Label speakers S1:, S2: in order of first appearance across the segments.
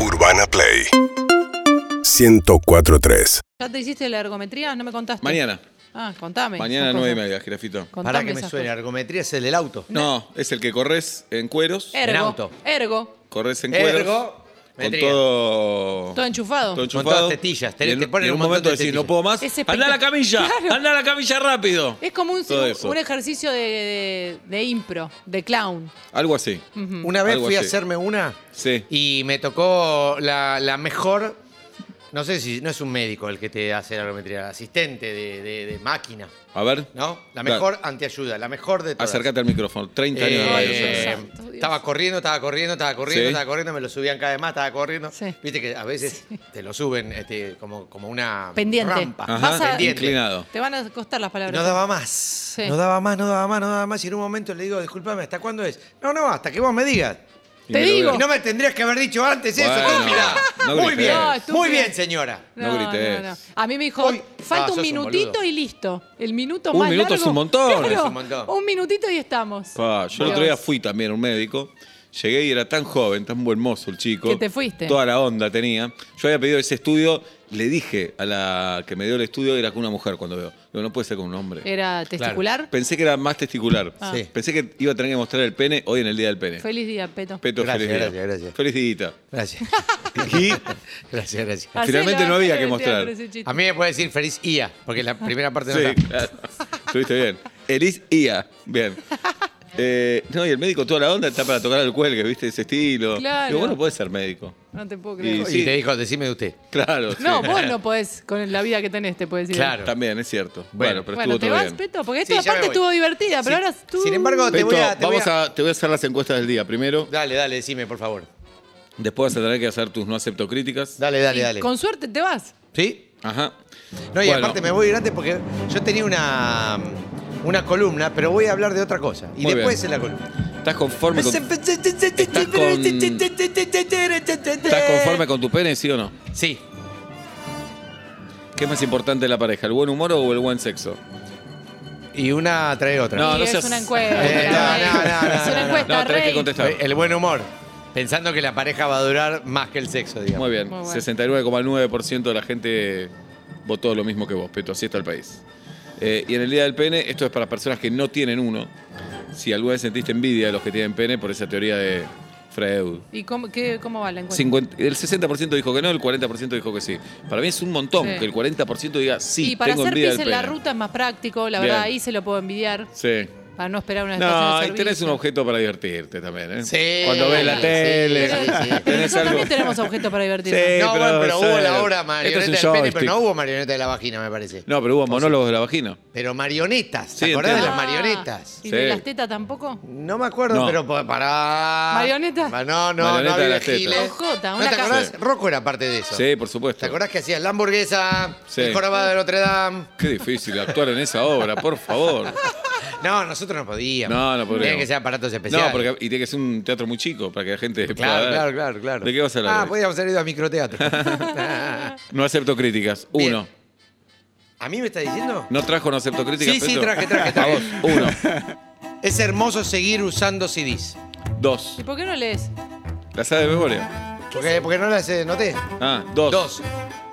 S1: Urbana Play 1043.
S2: ¿Ya te hiciste la ergometría? ¿No me contaste?
S3: Mañana.
S2: Ah, contame.
S3: Mañana
S2: esas
S3: nueve y
S2: cosas.
S3: media, jirafito.
S2: Contame
S4: Para que me
S2: esas
S4: suene,
S2: cosas.
S4: ergometría es el del auto.
S3: No, es el que corres en cueros.
S2: Ergo.
S4: en auto.
S2: Ergo.
S3: Corres en cueros.
S4: Ergo,
S3: con
S4: metría.
S3: todo.
S2: Todo enchufado.
S3: todo enchufado.
S4: Con todas tetillas, tenés-
S3: y en,
S4: te ponen
S3: y en
S4: un
S3: un,
S4: montón
S3: momento
S4: de
S3: decís,
S4: tetillas.
S3: no puedo más.
S2: Es espectac-
S3: ¡Anda a la camilla!
S2: Claro. Eh,
S3: ¡Anda a la camilla rápido!
S2: Es como un,
S3: Todo
S2: un-
S3: eso.
S2: un ejercicio de, de- de impro, de clown.
S3: Algo así.
S2: mm.
S4: Una vez
S3: Algo
S4: fui a
S3: así.
S4: hacerme una
S3: Sí.
S4: y me tocó la, la mejor. No sé si no es un médico el que te hace la ergometría, asistente de, de- de máquina,
S3: A ver.
S4: ¿no? La
S3: Dale.
S4: mejor antiayuda, la mejor de todas.
S3: Acércate al micrófono. 30 años de
S4: Eh,
S3: radio.
S2: Ay,
S3: cerca.
S2: santo Dios.
S4: estaba corriendo, estaba corriendo, estaba corriendo,
S3: Sí.
S4: estaba corriendo, me lo subían cada vez más, estaba corriendo.
S2: Sí.
S4: Viste que a veces te lo suben este, como, como una
S2: Pendiente.
S4: rampa.
S3: Ajá,
S2: Vas a-
S4: pendiente.
S3: inclinado.
S2: Te van a costar las palabras.
S4: No daba más. No daba más, no daba más, no daba más. Y en un momento le digo, discúlpame, ¿hasta cuándo es? No, no, hasta que vos me digas.
S3: Y
S2: Te
S3: me lo
S2: digo.
S4: Y
S3: veo.
S4: no me tendrías que haber dicho antes eso,
S3: Bueno,
S4: estúpida.
S3: no
S4: Muy
S3: grites.
S4: bien.
S2: No, estúpida.
S4: Muy bien, señora.
S3: No grites.
S2: A mí me dijo,
S4: Hoy-
S2: falta
S4: Ah, sos
S2: un
S4: un
S2: minutito
S4: boludo.
S2: y listo. El minuto
S3: Un
S2: más
S3: minuto es
S2: largo-
S3: un montón.
S2: Claro,
S4: Es un montón.
S2: un minutito y estamos.
S3: Pa, yo el otro día fui también a un médico. Llegué y era tan joven, tan buen mozo el chico.
S2: Que te fuiste.
S3: Toda la onda tenía. Yo había pedido ese estudio. Le dije a la que me dio el estudio, era con una mujer cuando veo. Digo, no puede ser con un hombre.
S2: Era testicular.
S3: Pensé que era más testicular.
S4: Ah. Sí.
S3: Pensé que iba a tener que mostrar el pene hoy en el Día del Pene.
S2: Feliz día, Peto.
S3: Peto,
S4: Gracias,
S3: feliz día.
S4: gracias, gracias.
S3: Feliz día.
S4: Gracias.
S3: Y
S4: Gracias, gracias.
S2: Hacelo,
S3: Finalmente no había
S2: hacelo
S3: que
S2: el
S3: mostrar.
S2: teatro, ese chiste.
S4: A mí me puede decir feliz IA, porque la primera parte no
S3: Sí,
S4: está.
S3: claro. Estuviste bien. Elis Ia. Bien. Eh, no, y el médico toda la onda está para tocar el cuelgue, ¿viste? Ese estilo.
S2: Claro.
S3: Digo, vos no podés ser médico.
S2: No te puedo creer.
S3: Y-
S4: Y
S3: sí.
S4: te dijo, decime de usted.
S3: Claro. sí.
S2: No, vos no podés, con la vida que tenés, te puedes decir.
S4: Claro.
S3: También, es cierto. Bueno,
S4: Bueno,
S3: pero
S2: bueno,
S3: estuvo
S2: te
S3: todo
S2: vas,
S3: bien.
S2: Peto, porque
S4: Sí,
S2: esta
S4: ya me
S2: parte
S4: voy.
S2: estuvo divertida, pero
S4: Sí.
S2: ahora tú.
S4: Sin embargo, te
S3: Peto,
S4: voy a. Te voy
S3: vamos a- te voy a hacer las encuestas del día. Primero,
S4: Dale, dale, decime, por favor.
S3: después vas a tener que hacer tus no acepto críticas.
S4: Dale, dale, dale.
S2: Con suerte te vas.
S4: ¿Sí?
S3: Ajá.
S4: No, y
S3: Bueno.
S4: aparte me voy a ir antes porque yo tenía una, una columna, pero voy a hablar de otra cosa. Y
S3: Muy
S4: después
S3: bien.
S4: en la columna.
S3: ¿Estás conforme con, ¿Estás
S4: ¿Estás
S3: conforme con tu pene, sí o no?
S4: Sí.
S3: ¿Qué es más importante de la pareja, el buen humor o el buen sexo?
S4: Y una trae otra.
S3: No,
S2: Y
S3: no
S2: es
S3: seas-
S2: una encuesta.
S4: Eh, no, no, no,
S2: es
S4: no,
S2: una
S4: no.
S2: encuesta,
S3: No, tenés que
S2: rey.
S3: contestar.
S4: Eh, El buen humor. Pensando que la pareja va a durar más que el sexo, digamos.
S3: Muy bien,
S2: Muy bueno.
S3: 69,9% de la gente votó lo mismo que vos, Peto, así está el país. Eh, y en el Día del Pene, esto es para personas que no tienen uno. Si alguna vez sentiste envidia de los que tienen pene por esa teoría de Freud.
S2: ¿Y cómo, qué, cómo va la encuesta?
S3: 50 el 60% dijo que no, el 40% dijo que sí. Para mí es un montón
S2: Sí.
S3: que el 40% diga sí,
S2: y para
S3: tengo
S2: hacer
S3: envidia
S2: pis
S3: del
S2: en
S3: pene.
S2: la ruta es más práctico, la
S3: Bien.
S2: verdad, ahí se lo puedo envidiar.
S3: Sí.
S2: Para no esperar una estación de
S3: No, y tenés
S2: servicio.
S3: un objeto para divertirte también, ¿eh?
S4: Sí.
S3: Cuando ves la
S4: Sí,
S3: tele,
S4: sí, sí.
S2: Pero
S3: tenés
S2: nosotros
S3: algo.
S2: también tenemos objetos para divertirnos.
S3: Sí.
S4: No,
S3: pero
S4: bueno, pero hubo
S3: eso-
S4: la obra
S3: esto es
S4: marioneta
S3: un
S4: del pene,
S3: joystick.
S4: pero no hubo marioneta de la vagina, me parece.
S3: No, pero hubo monólogos de la vagina.
S4: Pero marionetas. ¿Te
S3: Sí,
S4: acordás de
S3: entiendo.
S4: las marionetas?
S2: Ah, ¿Y de
S3: Sí.
S2: las tetas tampoco?
S4: No me acuerdo,
S3: No.
S4: pero pa- pará.
S2: ¿Marionetas?
S4: Pa- No, no,
S3: Marioneta
S4: no
S3: de
S4: había
S3: las tetas.
S4: giles.
S2: Ojota,
S4: ¿No
S2: una
S4: te
S2: casa-
S4: acordás?
S3: Sí.
S4: Rocco era parte de eso.
S3: Sí, por supuesto.
S4: ¿Te acordás que hacías la hamburguesa,
S3: Sí.
S4: el jorobado de Notre Dame?
S3: Qué difícil actuar en esa obra, por favor.
S4: No, nosotros no podíamos.
S3: No, no podríamos.
S4: Tenían que ser aparatos especiales.
S3: No, porque, y tiene que ser un teatro muy chico para que la gente pueda
S4: Claro,
S3: ver.
S4: claro, claro, claro.
S3: ¿De qué vas a hablar?
S4: Ah,
S3: hoy?
S4: podíamos haber ido a microteatro.
S3: No acepto críticas.
S4: Bien.
S3: Uno.
S4: ¿A mí me está diciendo?
S3: ¿No trajo no acepto críticas?
S4: Sí, sí,
S3: Pedro?
S4: traje, traje,
S3: A
S4: traje.
S3: vos. Uno.
S4: Es hermoso seguir usando CDs.
S3: Dos.
S2: ¿Y por qué no lees?
S3: ¿La sabe de memoria?
S4: Porque, porque no las eh, noté.
S3: Ah, dos.
S4: Dos.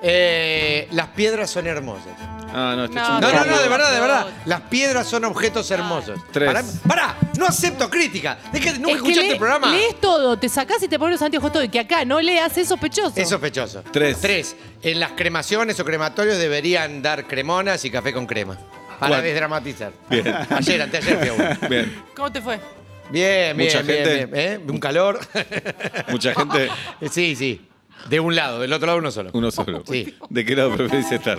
S4: Eh, las piedras son hermosas.
S3: Ah, no, este
S2: No,
S3: es un
S4: No, no,
S3: capo.
S4: no, de verdad, de verdad.
S2: No.
S4: Las piedras son objetos hermosos.
S3: Tres.
S4: Pará, pará, no acepto crítica. Deja- ¿Nunca
S2: Es que
S4: escuchaste
S2: le-
S4: el programa?
S2: Lees todo, te sacás y te pones los anteojos todo. Y que acá no leas, es sospechoso.
S4: Es sospechoso.
S3: Tres.
S4: Tres. En las cremaciones o crematorios deberían dar cremonas y café con crema. Para
S3: Cuatro.
S4: desdramatizar.
S3: Bien.
S4: Ayer, anteayer fui a uno.
S3: Bien.
S2: ¿Cómo te fue?
S4: Bien, bien,
S3: Mucha
S4: bien,
S3: gente.
S4: bien, ¿eh? Un calor.
S3: Mucha gente,
S4: sí, sí. De un lado, del otro lado uno solo.
S3: uno solo.
S4: Sí.
S3: ¿De qué lado preferís estar?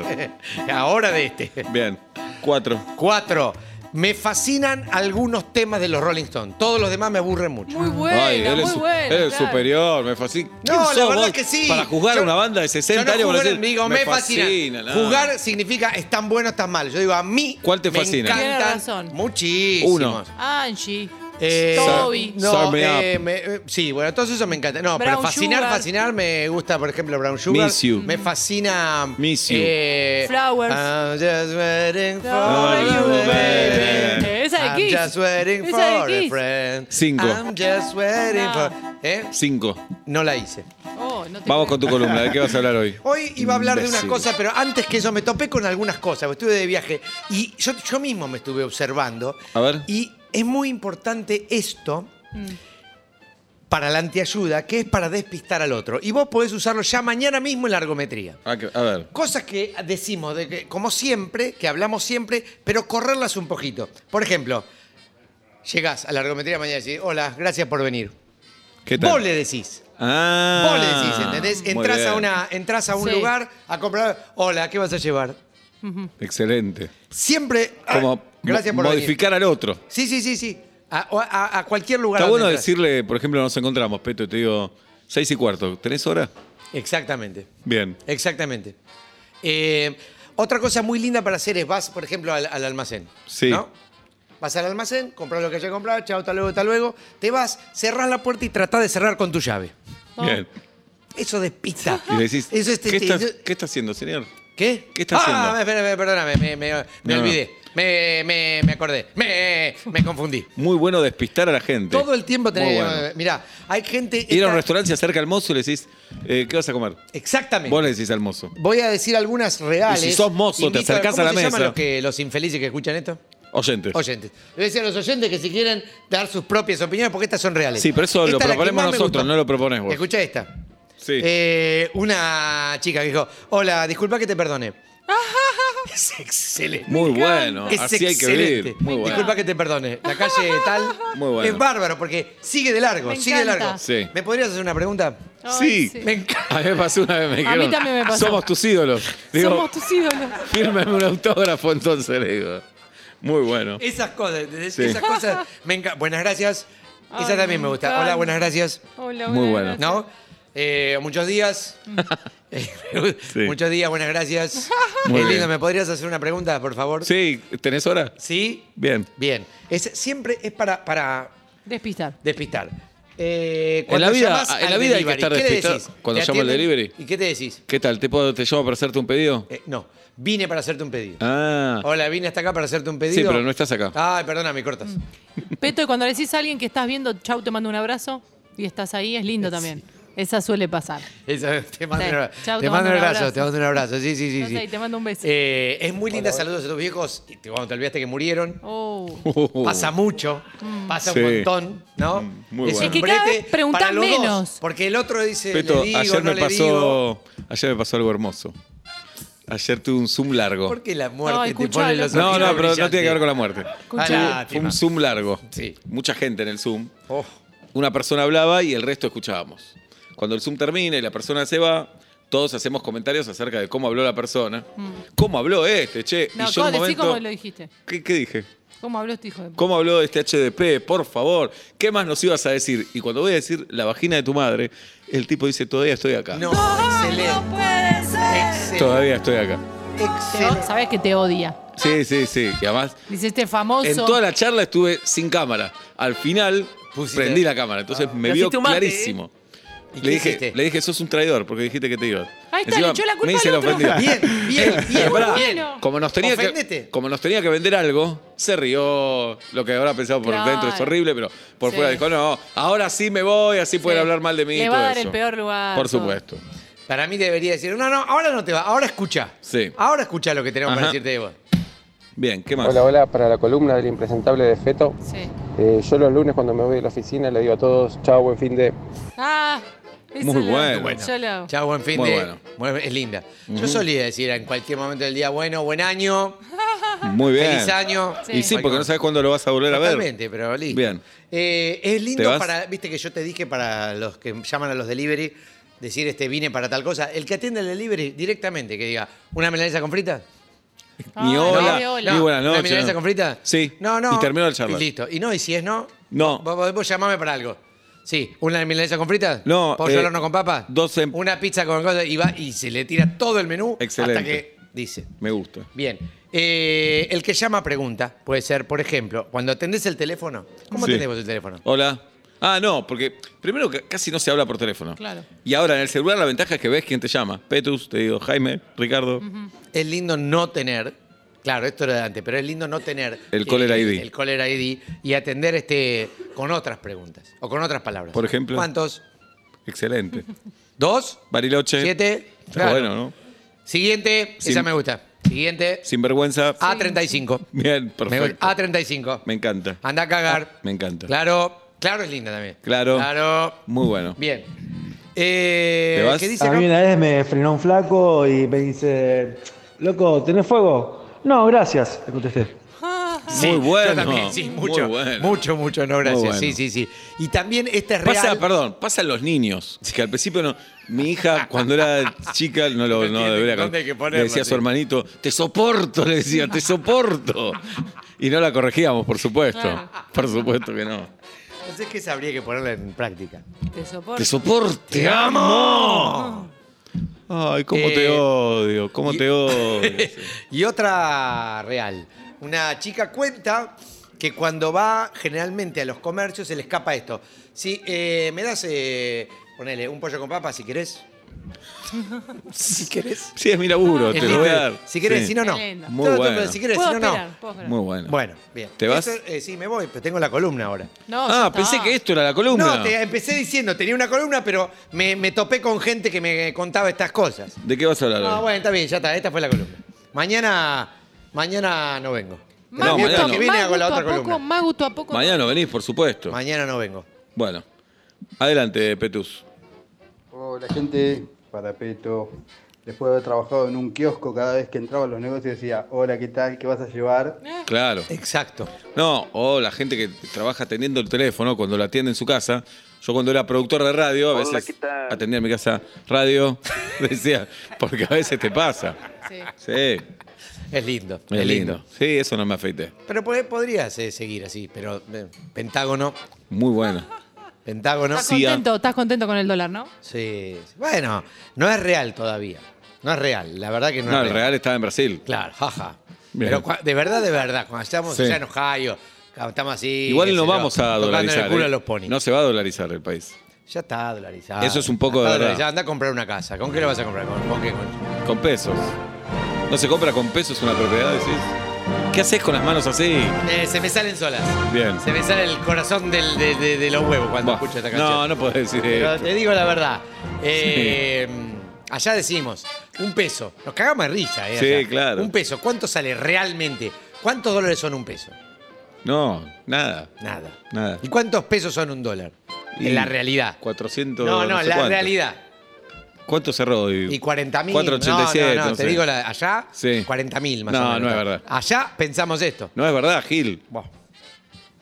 S4: Ahora de este.
S3: Bien. Cuatro.
S4: Cuatro. Me fascinan algunos temas de los Rolling Stones. Todos los demás me aburren mucho.
S2: Muy buena,
S3: Ay, él
S2: muy
S3: es,
S2: buena.
S3: él es
S2: claro.
S3: superior, me fascina. ¿Quién
S4: No, la
S3: sos
S4: verdad
S3: vos
S4: que sí.
S3: Para juzgar
S4: Yo-
S3: a una banda de
S4: Yo
S3: 60
S4: no
S3: años, para
S4: juzgo,
S3: decir,
S4: digo, me, fascina.
S3: no.
S4: Jugar significa es tan bueno, tan mal. Yo digo, a mí
S3: ¿Cuál te
S4: me
S3: fascina?
S4: encantan
S2: Tiene razón.
S4: Muchísimos.
S3: Uno.
S2: Angie.
S4: Eh,
S2: Toby.
S3: Sar-
S4: No,
S3: Sign me
S4: eh,
S3: up.
S4: me- eh, sí, bueno, todo eso me encanta. No,
S2: Brown
S4: pero fascinar,
S2: sugar.
S4: fascinar me gusta, por ejemplo, Brown Sugar.
S3: Miss you.
S4: Me fascina.
S3: Miss you.
S4: eh,
S2: Flowers.
S4: I'm just waiting for
S2: Flowers,
S4: you,
S3: baby.
S4: baby.
S2: Esa de Kiss.
S4: I'm just waiting
S2: Esa de
S4: for
S2: Kiss.
S4: a friend.
S3: Cinco.
S4: I'm just waiting
S2: No.
S4: for. ¿Eh?
S3: Cinco.
S4: No la hice.
S2: Oh, no te creo.
S3: Vamos con tu columna, ¿de qué vas a hablar hoy?
S4: Hoy iba a hablar de una
S3: Imbécil.
S4: cosa, pero antes que eso me topé con algunas cosas. porque Estuve de viaje y yo, yo mismo me estuve observando.
S3: A ver.
S4: Y es muy importante esto para la antiayuda, que es para despistar al otro. Y vos podés usarlo ya mañana mismo en la argometría.
S3: Ah, que- A ver.
S4: Cosas que decimos, de que- como siempre, que hablamos siempre, pero correrlas un poquito. Por ejemplo, llegás a la argometría mañana y decís, hola, gracias por venir.
S3: ¿Qué tal?
S4: Vos le decís.
S3: Ah.
S4: Vos le decís, ¿entendés?
S3: muy
S4: Entrás a,
S3: bien.
S4: una, entrás a un
S2: Sí.
S4: lugar a comprar, hola, ¿qué vas a llevar?
S3: Excelente.
S4: Siempre. ah,
S3: Como
S4: gracias por venir.
S3: modificar al otro.
S4: Sí, sí, sí, sí. A, o a- a cualquier lugar.
S3: Está
S4: donde
S3: bueno
S4: entras.
S3: decirle, por ejemplo, nos encontramos, Peto, y te digo, seis y cuarto, ¿tenés hora?
S4: Exactamente.
S3: Bien.
S4: Exactamente. Eh, otra cosa muy linda para hacer es vas, por ejemplo, al, al almacén.
S3: Sí.
S4: ¿no? Vas al almacén, compras lo que haya comprado, chao, hasta luego, hasta luego. Te vas, cerrás la puerta y tratás de cerrar con tu llave.
S2: Oh.
S3: Bien.
S4: Eso despista.
S3: Y le decís,
S4: Eso es-
S3: ¿qué, está, qué está haciendo, señor?
S4: ¿Qué?
S3: ¿Qué está haciendo?
S4: Ah, espera, espera, perdóname, me, me- me
S3: No, no.
S4: olvidé. Me, me- me acordé. Me, me confundí.
S3: Muy bueno despistar a la gente.
S4: Todo el tiempo
S3: Muy
S4: tenés.
S3: bueno.
S4: Mirá, hay gente.
S3: Ir a un
S4: esta-
S3: restaurante, se acerca al mozo y le decís, eh, ¿qué vas a comer?
S4: Exactamente.
S3: Vos le decís al mozo.
S4: Voy a decir algunas reales.
S3: Y si sos mozo, te
S4: Invito
S3: acercás
S4: ¿cómo
S3: a la
S4: se
S3: mesa.
S4: llaman los, que, los infelices que escuchan esto?
S3: Oyentes.
S4: Oyentes. Le voy a decir a los oyentes que si quieren dar sus propias opiniones, porque estas son reales.
S3: Sí, pero eso lo
S4: Esta es la que
S3: proponemos
S4: más me
S3: nosotros,
S4: gustó.
S3: no lo propones vos.
S4: Escuchá esta.
S3: Sí.
S4: Eh, una chica que dijo, hola, disculpa que te perdone. es excelente.
S3: Muy bueno.
S4: Es
S3: Así hay que
S4: excelente.
S3: vivir. Muy bueno.
S4: Disculpa que te perdone. La calle tal
S3: Muy bueno.
S4: es bárbaro porque sigue de largo,
S2: Me
S4: sigue de
S2: encanta.
S4: largo.
S3: Sí.
S4: ¿Me podrías hacer una pregunta?
S2: Ay,
S3: Sí.
S4: Me encanta.
S3: A mí me pasó una vez, me
S2: A mí
S3: dijeron,
S2: también me pasó.
S3: somos tus ídolos. Digo,
S2: Somos tus ídolos.
S3: fírmame un autógrafo entonces, le digo. Muy bueno.
S4: Esas cosas, ¿entendés?
S3: Sí.
S4: esas cosas. Me enca- Buenas gracias.
S2: Ay,
S4: Esa también me
S2: me
S4: gusta.
S2: encanta.
S4: Hola, buenas gracias.
S2: Hola,
S3: Muy
S2: hola,
S3: bueno.
S2: gracias.
S4: ¿No? Eh, muchos días. Eh,
S3: Sí.
S4: Muchos días, buenas gracias.
S3: Muy
S4: Qué
S3: bien.
S4: lindo, ¿me podrías hacer una pregunta, por favor?
S3: Sí, ¿tenés hora?
S4: ¿Sí?
S3: Bien.
S4: Bien. Es, siempre es para, para
S2: Despistar.
S4: despistar. Eh,
S3: En la
S4: cuando
S3: vida-
S4: llamás
S3: en
S4: al
S3: la vida hay que
S4: delivery,
S3: estar
S4: ¿qué le
S3: despistado
S4: decís?
S3: cuando
S4: ¿Te
S3: llama al
S4: atienden?
S3: delivery?
S4: ¿Y qué te decís?
S3: ¿Qué tal? ¿Te, puedo, te llamo para hacerte un pedido?
S4: Eh, no, vine para hacerte un pedido.
S3: Ah.
S4: Hola, vine hasta acá para hacerte un pedido.
S3: Sí, pero no estás acá.
S4: Ay, perdona, me cortas.
S2: Mm. Peto, y cuando le decís a alguien que estás viendo, chau, te mando un abrazo y estás ahí, es lindo también. Esa suele pasar.
S4: Esa- te mando,
S2: Sí.
S4: un, abra-
S2: Chau,
S4: te mando un abrazo, te mando un abrazo. Sí, sí, sí.
S2: Estás
S4: sí.
S2: ahí, te mando un beso.
S4: Eh, es muy linda, saludos a tus viejos. y te- Cuando te olvidaste que murieron.
S2: Oh.
S3: Uh.
S4: Pasa mucho, pasa
S3: Sí.
S4: un montón, ¿no?
S3: Mm, muy bueno.
S4: es un
S2: Mm. Es que cada
S4: brete
S2: vez preguntás
S4: para los dos,
S2: menos.
S4: porque el otro dice,
S3: Peto,
S4: le digo,
S3: ayer
S4: no
S3: me
S4: le digo.
S3: pasó. Ayer me pasó algo hermoso. Ayer tuve un zoom largo.
S4: ¿Por qué la muerte
S2: Ay,
S4: te pone
S2: escuchalo.
S4: los
S3: No,
S4: ojitos
S3: no, pero no
S4: brillantes?
S3: tiene que ver con la muerte.
S4: Ah,
S3: Fue
S4: lástima.
S3: un zoom largo.
S4: Sí.
S3: Mucha gente en el zoom.
S4: Oh,
S3: Una persona hablaba y el resto escuchábamos. Cuando el zoom termina y la persona se va, todos hacemos comentarios acerca de cómo habló la persona.
S4: Mm.
S3: ¿Cómo habló este, che?
S2: No,
S3: y
S2: ¿cómo
S3: yo en un
S2: decís
S3: momento,
S2: cómo lo dijiste?
S3: ¿Qué- ¿Qué dije?
S2: ¿Cómo habló este hijo de puta?
S3: ¿Cómo habló de este HDP? Por favor, ¿qué más nos ibas a decir? Y cuando voy a decir la vagina de tu madre, el tipo dice, todavía estoy acá.
S4: no, excelente. Excelente.
S3: Todavía estoy acá.
S2: Te o- Sabes que te odia.
S4: Ah.
S3: Sí, sí, sí. Y además,
S2: Dice este famoso.
S3: en toda la charla estuve sin cámara. Al final,
S4: Pusiste-
S3: prendí la cámara. Entonces me
S4: Te
S3: vio
S4: hiciste un mate, ¿eh?
S3: clarísimo.
S4: ¿Y
S3: Le
S4: qué
S3: dije,
S4: hiciste?
S3: le dije, sos un traidor, porque dijiste que te ibas.
S2: Ahí está, le echó la culpa
S3: me hice
S2: al
S3: el
S2: otro.
S3: ofendido.
S4: Bien, bien, bien,
S3: Pero Eh, pará,
S4: bien.
S3: Como nos, tenía que,
S4: Oféndete.
S3: como nos tenía que vender algo, se rió. Lo que habrá pensado por
S2: Claro.
S3: dentro es horrible, pero por
S2: Sí.
S3: fuera dijo, no, ahora sí me voy, así pueden hablar mal de mí. y
S2: Le va a
S3: todo
S2: dar
S3: eso".
S2: el peor lugar.
S3: Por
S2: todo.
S3: supuesto.
S4: Para mí debería decir, no, no, ahora no te va, ahora escucha.
S3: Sí.
S4: Ahora escucha lo que tenemos
S3: Ajá.
S4: para decirte de vos.
S3: Bien, ¿qué más?
S1: Hola, hola, para la columna del impresentable de Feto.
S2: Sí.
S1: Eh, yo los lunes cuando me voy de la oficina le digo a todos, chao, buen fin de...
S2: Ah, eso
S3: Muy
S2: lo-
S3: bueno.
S2: Yo lo-
S4: Chao, buen fin
S3: Muy
S4: de.
S3: bueno.
S4: Bueno, es linda. Yo solía decir en cualquier momento del día, bueno, buen año,
S3: Muy bien.
S4: feliz año.
S2: Sí.
S3: Y sí, porque no sabes cuándo lo vas a volver a ver.
S4: Totalmente, pero listo.
S3: Bien.
S4: Eh, es
S3: ¿Te
S4: lindo
S3: vas?
S4: para, viste que yo te dije para los que llaman a los delivery, decir este vine para tal cosa. El que atiende el delivery directamente, que diga, ¿una milanesa con frita?
S3: Ni
S2: Ay,
S3: hola,
S2: no,
S3: ni
S2: no.
S3: buenas
S4: ¿Una
S3: noches.
S4: milanesa
S3: no.
S4: con frita?
S3: Sí.
S4: No, no.
S3: Y terminó el charla.
S4: Y listo. Y no, y si es no,
S3: No.
S4: vos, vos- vos llamame para algo. Sí, una milanesa con frita,
S3: No,
S4: pollo
S3: eh,
S4: al horno con papa,
S3: dos em-
S4: una pizza con cosas y va y se le tira todo el menú
S3: Excelente.
S4: hasta que dice.
S3: Me gusta.
S4: Bien. Eh, el que llama pregunta puede ser, por ejemplo, cuando atendés el teléfono. ¿Cómo
S3: Sí.
S4: atendés vos el teléfono?
S3: Hola. Ah, no, porque primero que casi no se habla por teléfono.
S2: Claro.
S3: Y ahora en el celular la ventaja es que ves quién te llama. Petus, te digo, Jaime, Ricardo.
S4: Es lindo no tener. Claro, esto era de antes, pero es lindo no tener.
S3: El caller
S4: eh,
S3: ID.
S4: El caller ID y atender este con otras preguntas o con otras palabras.
S3: Por ejemplo.
S4: ¿Cuántos?
S3: Excelente.
S4: ¿Dos?
S3: Bariloche.
S4: ¿Siete?
S3: Está
S4: Claro.
S3: bueno, ¿no?
S4: Siguiente, esa
S3: Sin-
S4: me gusta. Siguiente,
S3: Sinvergüenza.
S4: A35.
S3: Bien,
S4: Ah. Me Ah, gusta.
S3: perfecto.
S4: A35.
S3: Me encanta. Ah,
S4: Anda a cagar.
S3: Me encanta.
S4: Claro, claro es linda también.
S3: Claro.
S4: Claro.
S3: Muy bueno.
S4: Bien. Eh,
S3: ¿Te vas?
S4: ¿Qué dice
S5: A
S4: acá?
S5: mí una vez me frenó un flaco y me dice, loco, ¿tenés fuego? No, gracias, le contesté.
S4: Sí,
S3: Muy bueno.
S4: Yo también, sí,
S3: Muy
S4: mucho.
S3: bueno.
S4: Mucho, mucho, no, gracias.
S3: Muy bueno.
S4: Sí, sí, sí. Y también este es real.
S3: Pasa, perdón, pasan los niños. Que al principio no. Mi hija, cuando era chica, no lo
S4: No
S3: no
S4: entiende
S3: debería.
S4: dónde hay que ponerlo,
S3: le decía a su
S4: sí.
S3: hermanito, te soporto, le decía, te soporto. Y no la corregíamos, por supuesto. Por supuesto que no.
S4: Entonces, ¿qué sabría que ponerla en práctica?
S2: Te soporto.
S3: ¡Te soporto! ¡Te amo! Ay, cómo te
S4: Eh,
S3: odio, cómo
S4: y-
S3: te odio.
S4: Y otra real. Una chica cuenta que cuando va generalmente a los comercios se le escapa esto. Si eh, me das, eh, ponele, un pollo con papa si querés. si querés.
S3: Sí, es mi laburo, te
S4: Es
S3: lo voy a
S4: libre.
S3: dar.
S4: Si querés,
S3: Sí.
S4: si no, no.
S2: Qué lindo.
S3: Muy
S4: Todo, todo,
S3: bueno.
S4: todo, Si querés,
S2: Puedo
S4: si no,
S2: esperar,
S4: no.
S2: puedo esperar.
S3: Muy bueno.
S4: Bueno, bien.
S3: ¿Te vas?
S4: Esto, eh, sí, me voy, pero tengo la columna ahora.
S2: No, ya
S3: Ah, pensé
S2: está.
S3: que esto era la columna.
S4: No, te empecé diciendo, tenía una columna, pero me, me topé con gente que me contaba estas cosas.
S3: ¿De qué vas a hablar
S4: No,
S3: hoy?
S4: bueno, está bien, ya está, esta fue la columna. Mañana, mañana no vengo.
S2: Más
S3: No,
S4: El
S2: gusto,
S4: miércoles
S3: mañana
S2: más
S4: que viene hago la
S2: gusto
S4: otra
S2: a poco,
S4: columna.
S2: más gusto a poco.
S3: Mañana venís, por supuesto.
S4: Mañana no vengo.
S3: Bueno, adelante, Petus.
S6: Hola gente, parapeto. Después de haber trabajado en un kiosco, cada vez que entraba a los negocios decía, hola, ¿qué tal? ¿Qué vas a llevar?
S4: Eh.
S3: Claro.
S4: Exacto.
S3: No, o la gente que trabaja atendiendo el teléfono cuando lo atiende en su casa. Yo cuando era productor de radio, a
S7: Hola,
S3: veces
S7: ¿qué tal?
S3: atendía en mi casa radio, decía, porque a veces te pasa.
S2: Sí.
S3: Sí, es
S4: Es lindo.
S3: lindo. Sí, eso no me afeité.
S4: Pero pod- podrías eh, seguir así, pero eh, Pentágono,
S3: Muy bueno.
S4: Pentágono.
S2: ¿Estás
S3: Sí, ah.
S2: contento? ¿Estás contento con el dólar, no?
S4: Sí, sí. Bueno, no es real todavía. No es real, la verdad que no,
S3: No,
S4: es
S3: el
S4: real.
S3: Real estaba en Brasil.
S4: Claro, jaja.
S3: Bien.
S4: Pero cua- de verdad, de verdad, cuando estamos
S3: Sí.
S4: allá en Ohio, cuando estamos así. qué
S3: Igual no
S4: sé yo,
S3: vamos a
S4: tocándole
S3: dolarizar.
S4: el culo
S3: ¿eh?
S4: a los ponis.
S3: No se va a dolarizar el país.
S4: Ya está dolarizado.
S3: Eso es un poco
S4: Ya
S3: de
S4: está
S3: verdad.
S4: dolarizado. Anda a comprar una casa. ¿Con qué le vas a comprar? ¿Con, con qué? Con-
S3: Con pesos. No se compra con pesos una propiedad, decís. ¿Qué haces con las manos así?
S4: Eh, se me salen solas.
S3: Bien.
S4: Se me sale el corazón del- de, de- de los huevos cuando
S3: Buah,
S4: escucho esta canción.
S3: no, no podés decir
S4: Pero
S3: esto.
S4: te digo la verdad. Eh, Allá decimos, un peso. Nos cagamos de risa, ¿eh?
S3: Sí,
S4: allá.
S3: claro.
S4: Un peso. ¿Cuánto sale realmente? ¿Cuántos dólares son un peso?
S3: No, nada.
S4: Nada.
S3: Nada.
S4: ¿Y cuántos pesos son un dólar?
S3: Y
S4: En la realidad.
S3: 400.
S4: No, no,
S3: sé
S4: la
S3: cuánto.
S4: realidad.
S3: ¿Cuánto cerró hoy?
S4: Y 40 mil.
S3: 487.
S4: No, no, no, te
S3: sé.
S4: digo la- allá,
S3: Sí.
S4: 40 mil más
S3: No,
S4: o menos.
S3: no es verdad.
S4: Allá pensamos esto.
S3: No es verdad, Gil.
S4: Buah,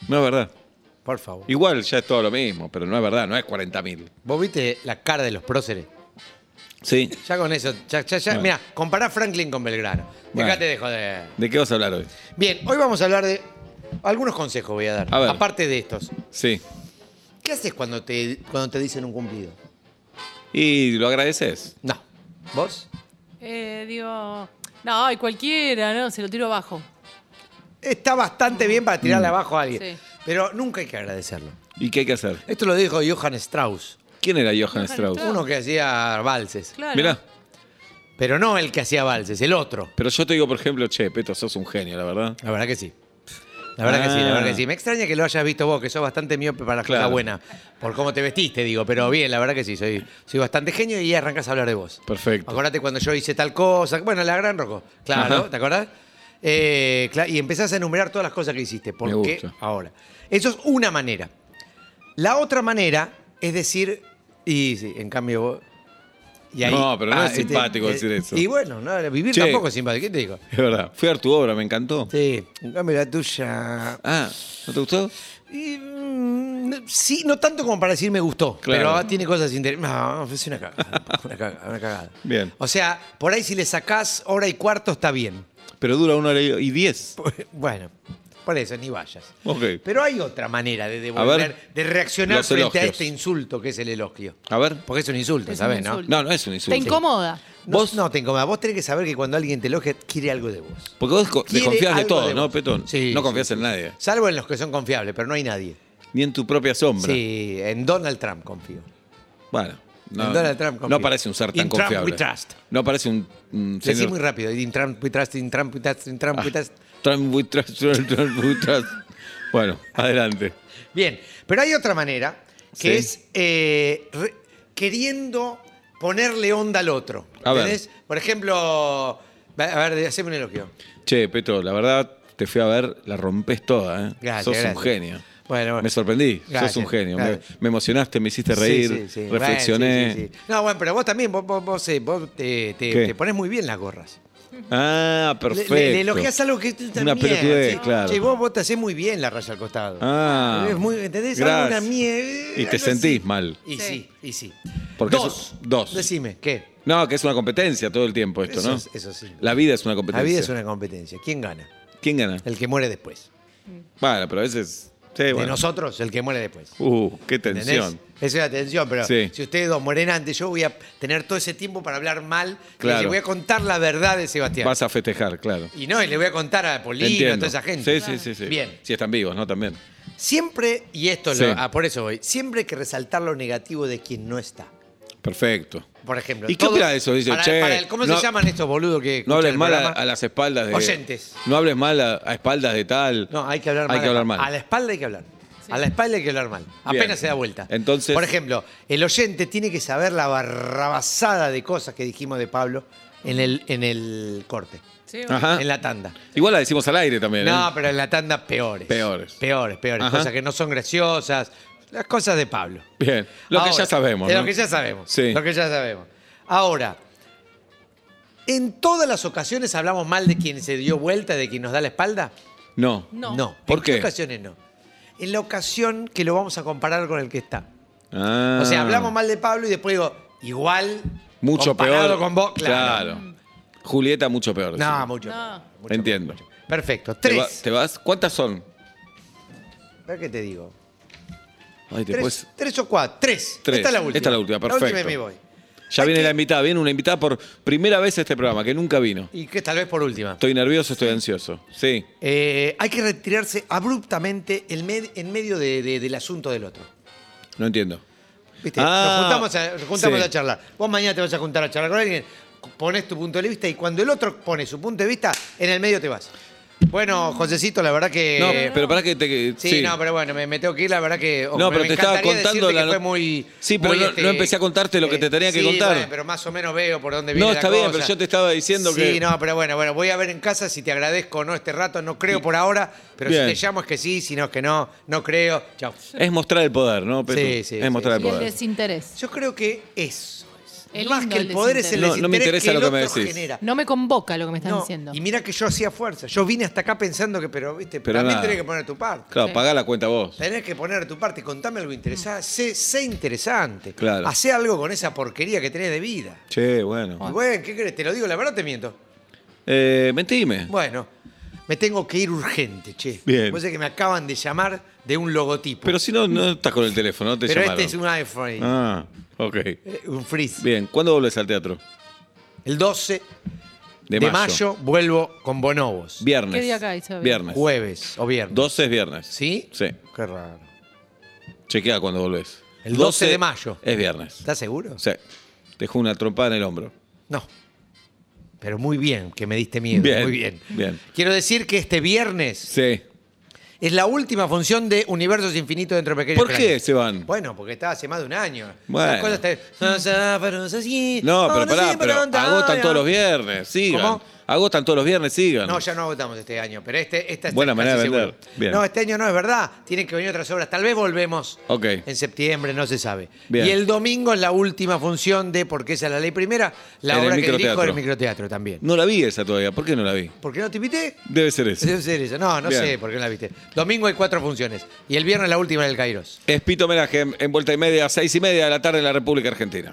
S3: No es verdad.
S4: por favor.
S3: Igual ya es todo lo mismo, pero no es verdad, no es 40.000.
S4: ¿Vos viste la cara de los próceres?
S3: Sí.
S4: Ya con eso, ya, ya, ya.
S3: Bueno.
S4: Mira, compará Franklin con Belgrano.
S3: Bueno.
S4: Dejate de joder.
S3: ¿De qué vas a hablar hoy?
S4: Bien, hoy vamos a hablar de. Algunos consejos voy a dar.
S3: A ver.
S4: Aparte de estos.
S3: Sí.
S4: ¿Qué haces cuando te, cuando te dicen un cumplido?
S3: ¿Y lo agradeces?
S4: No. ¿Vos?
S2: Eh, digo, no, ay, cualquiera, no, se lo tiro abajo.
S4: Está bastante bien para
S3: Mm.
S4: tirarle abajo a alguien.
S2: Sí.
S4: Pero nunca hay que agradecerlo.
S3: ¿Y qué hay que hacer?
S4: Esto lo dijo Johann Strauss,
S3: ¿Quién era Johann
S2: Johann
S3: Strauss?
S2: Strauss.
S4: uno que hacía valses.
S2: Claro.
S3: Mirá,
S4: Pero no el que hacía valses, el otro.
S3: pero yo te digo, por ejemplo, che, Peto, sos un genio, la verdad.
S4: La verdad que sí. La verdad que sí, la
S3: Ah.
S4: verdad que sí. Me extraña que lo hayas visto vos, que sos bastante miope para las
S3: Claro.
S4: cosas buenas. Por cómo te vestiste, digo. Pero bien, la verdad que sí, soy, soy bastante genio y arrancás a hablar de vos.
S3: Perfecto.
S4: Acordate cuando yo hice tal cosa. Bueno, la gran roco. Claro,
S3: Ajá.
S4: ¿te acordás? Eh, cla- y empezás a enumerar todas las cosas que hiciste. ¿Por
S3: Me
S4: qué
S3: gusta.
S4: ahora? Eso es una manera. La otra manera es decir, y sí, en cambio vos. y ah,
S3: No, pero no es simpático decir
S4: eh,
S3: eso.
S4: Y bueno, no, vivir
S3: Che.
S4: tampoco es simpático. ¿Qué te digo?
S3: Es verdad. Fui a ver tu obra, me encantó.
S4: Sí, en cambio la tuya.
S3: Ah, ¿no te gustó?
S4: Y, mm, no- sí, no tanto como para decir me gustó,
S3: Claro.
S4: pero tiene cosas interesantes. No, es una cagada, una cagada, una cagada.
S3: Bien.
S4: O sea, por ahí si le sacás hora y cuarto está bien.
S3: Pero dura una hora y diez.
S4: Bueno, por eso ni vayas.
S3: Ok.
S4: Pero hay otra manera de
S3: A
S4: devolver,
S3: ver,
S4: de reaccionar
S3: los
S4: frente a
S3: elogios.
S4: este insulto que es el elogio.
S3: A ver.
S4: Porque es un insulto,
S2: Es un
S4: ¿sabés?
S2: insulto.
S3: No, no es un
S2: Te
S3: insulto.
S2: incomoda.
S4: ¿no?
S3: Vos-
S4: Vos no te incomoda. Vos tenés que saber que cuando alguien te elogia, quiere algo de vos.
S3: Porque vos co-
S4: Quiere
S3: desconfías de
S4: algo
S3: todo,
S4: de
S3: ¿no,
S4: vos.
S3: Petón?
S4: Sí,
S3: no
S4: sí,
S3: confías
S4: sí,
S3: en
S4: sí.
S3: nadie.
S4: Salvo en los que son confiables, pero no hay nadie.
S3: Ni en tu propia sombra.
S4: Sí, en Donald Trump confío.
S3: Bueno. No,
S4: En Donald Trump confío.
S3: no parece un ser tan
S4: In Trump
S3: confiable.
S4: we trust.
S3: No parece un, un
S4: Decí
S3: señor- Ah,
S4: muy rápido. In Trump we trust, in Trump we trust, in Trump we trust.
S3: Trump we trust, Trump, Trump we trust. Bueno, adelante.
S4: Bien, pero hay otra manera que
S3: Sí.
S4: es eh, re- queriendo ponerle onda al otro.
S3: A ver.
S4: ¿Entendés? Por ejemplo, va- a ver, haceme un elogio.
S3: Che, Peto, la verdad te fui a ver, la rompes toda, ¿eh?
S4: Gracias,
S3: Sos
S4: gracias.
S3: un genio.
S4: Bueno, bueno.
S3: Me sorprendí,
S4: Gracias,
S3: sos un genio. Me-
S4: gracias.
S3: Me, emocionaste, me hiciste reír,
S4: Sí, sí, sí. Bueno,
S3: reflexioné.
S4: sí, sí, sí. No, bueno, pero vos también, vos, vos- vos, eh, vos te, te-
S3: ¿Qué?
S4: te pones muy bien las gorras.
S3: Ah,
S4: Le-
S3: perfecto.
S4: Le, le elogiás algo que tú
S3: Una
S4: también.
S3: pelotudez,
S4: sí.
S3: claro.
S4: Che, vos, vos te hacés muy bien la raya al costado.
S3: Ah,
S4: Es muy, ¿Entendés? Algo,
S3: gracias.
S4: una mie-
S3: Y te
S4: algo así.
S3: sentís mal.
S4: Y
S2: Sí.
S4: sí, y sí.
S3: Porque
S4: dos.
S3: eso- dos.
S4: Decime, ¿qué?
S3: No, que es una competencia todo el tiempo esto,
S4: Eso
S3: ¿no?
S4: es- eso sí.
S3: La vida es una
S4: La
S3: competencia.
S4: vida es una competencia. ¿Quién gana?
S3: ¿Quién gana?
S4: El que muere después.
S3: Bueno, pero a veces... Sí,
S4: De
S3: bueno.
S4: nosotros, el que muere después.
S3: Uh, qué
S4: ¿Entendés?
S3: tensión.
S4: Esa es la tensión, pero
S3: Sí.
S4: si ustedes dos mueren antes, yo voy a tener todo ese tiempo para hablar mal.
S3: Claro.
S4: Y les voy a contar la verdad de Sebastián.
S3: Vas a festejar, claro.
S4: Y no, y le voy a contar a Polino, a
S3: Entiendo.
S4: toda esa gente.
S3: Sí, sí, sí, sí.
S4: Bien.
S3: Si están vivos, ¿no? También.
S4: Siempre, y esto, es
S3: Sí.
S4: lo- ah, por eso voy, siempre hay que resaltar lo negativo de quien no está.
S3: Perfecto.
S4: Por ejemplo.
S3: ¿Y qué
S4: todos-
S3: opina de eso? Dice,
S4: para-
S3: che,
S4: para el- ¿Cómo
S3: no-
S4: se llaman estos boludos que
S3: No
S4: escuchan
S3: hables
S4: el
S3: mal a,
S4: programa?
S3: a las espaldas de.
S4: Oyentes.
S3: No hables mal a, a espaldas de tal.
S4: No, hay que hablar mal.
S3: Hay que hablar mal.
S4: A la espalda hay que hablar. A la espalda hay que hablar mal.
S3: Bien.
S4: Apenas se da vuelta.
S3: Entonces-
S4: Por ejemplo, el oyente tiene que saber la barrabasada de cosas que dijimos de Pablo en el, en el corte,
S2: Sí,
S3: Ajá.
S4: en la tanda.
S3: Igual la decimos al aire también.
S4: No,
S3: ¿eh?
S4: pero en la tanda peores.
S3: Peores.
S4: Peores, peores.
S3: Ajá.
S4: Cosas que no son graciosas. Las cosas de Pablo.
S3: Bien. Lo que
S4: Ahora,
S3: ya sabemos.
S4: de
S3: ¿no?
S4: Lo que ya sabemos.
S3: Sí.
S4: Lo que ya sabemos. Ahora, ¿en todas las ocasiones hablamos mal de quien se dio vuelta, de quien nos da la espalda?
S3: No.
S2: No.
S3: ¿Por
S4: ¿En qué
S3: qué?
S4: ocasiones no? En la ocasión que lo vamos a comparar con el que está.
S3: Ah.
S4: O sea, hablamos mal de Pablo y después digo, igual.
S3: Mucho
S4: comparado
S3: peor.
S4: con vos, claro.
S3: Claro. Julieta, mucho peor.
S4: No,
S3: decimos.
S4: mucho.
S2: No.
S4: peor, mucho
S3: Entiendo.
S4: peor, mucho peor. Perfecto.
S3: ¿Te, va-
S4: Tres.
S3: te vas? ¿Cuántas son?
S4: ¿Pero ¿Qué te digo?
S3: Ay, te
S4: Tres,
S3: puedes-
S4: tres o cuatro. Tres.
S3: Tres.
S4: Esta es la última.
S3: Esta es la última,
S4: La última y
S3: perfecto.
S4: me voy.
S3: Ya
S4: Hay
S3: viene
S4: que-
S3: la invitada. Viene una invitada por primera vez a este programa, que nunca vino.
S4: Y que tal vez por última.
S3: Estoy nervioso, estoy ansioso. Sí.
S4: Eh, hay que retirarse abruptamente en, med- en medio de- de- del asunto del otro.
S3: No entiendo.
S4: ¿Viste?
S3: Ah,
S4: nos juntamos, a, nos juntamos
S3: sí.
S4: a charlar. Vos mañana te vas a juntar a charlar con alguien, pones tu punto de vista y cuando el otro pone su punto de vista, en el medio te vas. Bueno, Josecito, la verdad que.
S3: no, pero para que te. que-
S4: Eh, Sí, no, pero bueno, me, me tengo que ir, la verdad que. o
S3: No,
S4: me-
S3: pero
S4: me
S3: te estaba
S4: encantaría
S3: contando
S4: decirte
S3: la
S4: que
S3: no-
S4: fue muy.
S3: Sí, pero
S4: muy, este,
S3: no-
S4: eh,
S3: no empecé a contarte lo que te tenía que
S4: sí,
S3: contar.
S4: bueno, pero más o menos veo por dónde viene
S3: No,
S4: la
S3: está bien,
S4: cosa.
S3: pero yo te estaba diciendo
S4: sí,
S3: que.
S4: no, pero bueno, bueno, voy a ver en casa si te agradezco o no este rato. No creo por ahora, pero
S3: Bien.
S4: si te llamo es que sí, si no es que no, no creo. Chao.
S3: Es mostrar el poder, ¿no? Petu?
S4: Sí, sí,
S3: Es
S4: sí,
S3: mostrar
S4: sí.
S2: Y
S3: el
S2: el
S3: poder.
S2: desinterés.
S4: Yo creo que eso es.
S2: El
S4: Más
S2: lindo
S4: que el
S2: el
S4: poder es el
S3: desinterés. No,
S4: desinterés
S3: no me interesa
S4: que
S3: lo que me
S4: el otro
S3: decís.
S4: genera.
S2: No me convoca lo que me están
S4: No,
S2: diciendo.
S4: Y mira que yo hacía fuerza. Yo vine hasta acá pensando que, pero, viste,
S3: Pero
S4: también
S3: nada.
S4: tenés que poner tu parte.
S3: Claro,
S2: Sí.
S3: pagá la cuenta vos.
S4: Tenés que poner tu parte, contame algo interesante, sé, sé interesante.
S3: Claro.
S4: Hacé algo con esa porquería que tenés de vida.
S3: Che, bueno.
S4: Y bueno, ¿qué crees? Te lo digo, la verdad te miento.
S3: Eh, mentime.
S4: Bueno, me tengo que ir urgente, che.
S3: Bien.
S4: Vos sabés que me acaban de llamar de un logotipo.
S3: Pero si no, no estás con el teléfono, no te
S4: Pero
S3: llamaron.
S4: este es un iPhone.
S3: Ah, ok.
S4: eh, Un freeze.
S3: Bien, ¿cuándo volvés al teatro?
S4: El 12
S3: De
S4: de,
S3: mayo.
S4: mayo. vuelvo con Bonobos.
S3: Viernes.
S2: ¿Qué día cae, Xavi?
S3: Viernes.
S4: Jueves o viernes.
S3: 12 es viernes.
S4: ¿Sí?
S3: Sí.
S4: Qué raro.
S3: Chequea cuando volvés.
S4: El 12 de mayo.
S3: Es viernes.
S4: ¿Estás seguro?
S3: Sí. Te dejó una trompada en el hombro.
S4: No. Pero muy bien, que me diste miedo.
S3: Bien,
S4: muy bien.
S3: bien.
S4: Quiero decir que este viernes
S3: Sí.
S4: es la última función de Universos Infinitos dentro de Pequeños
S3: ¿Por qué
S4: Planetas.
S3: se van?
S4: Bueno, porque estaba hace más de un año.
S3: Bueno.
S4: Las cosas te-
S3: No, pero
S4: sé,
S3: pará, pero
S4: pronto,
S3: agotan
S4: ya.
S3: todos los viernes, sigan.
S4: ¿Cómo?
S3: Agotan todos los viernes, sigan.
S4: No, ya no agotamos este año, pero este, esta es
S3: Buena
S4: casi
S3: manera de vender.
S4: seguro.
S3: Bien.
S4: No, este año no es verdad. Tienen que venir otras obras. Tal vez volvemos
S3: Ok.
S4: en septiembre, no se sabe.
S3: Bien.
S4: Y el domingo es la última función de, porque esa es la ley primera, la
S3: En el
S4: obra que
S3: microteatro.
S4: dirijo del microteatro también.
S3: No la vi esa todavía, ¿por qué no la vi?
S4: ¿Por qué no te invité?
S3: Debe ser esa.
S4: Debe ser eso. No, no
S3: Bien.
S4: sé por qué no la viste. Domingo hay cuatro funciones. Y el viernes la última en el Kairos.
S3: Es Pito Homenaje en, en vuelta y media, seis y media de la tarde en la República Argentina.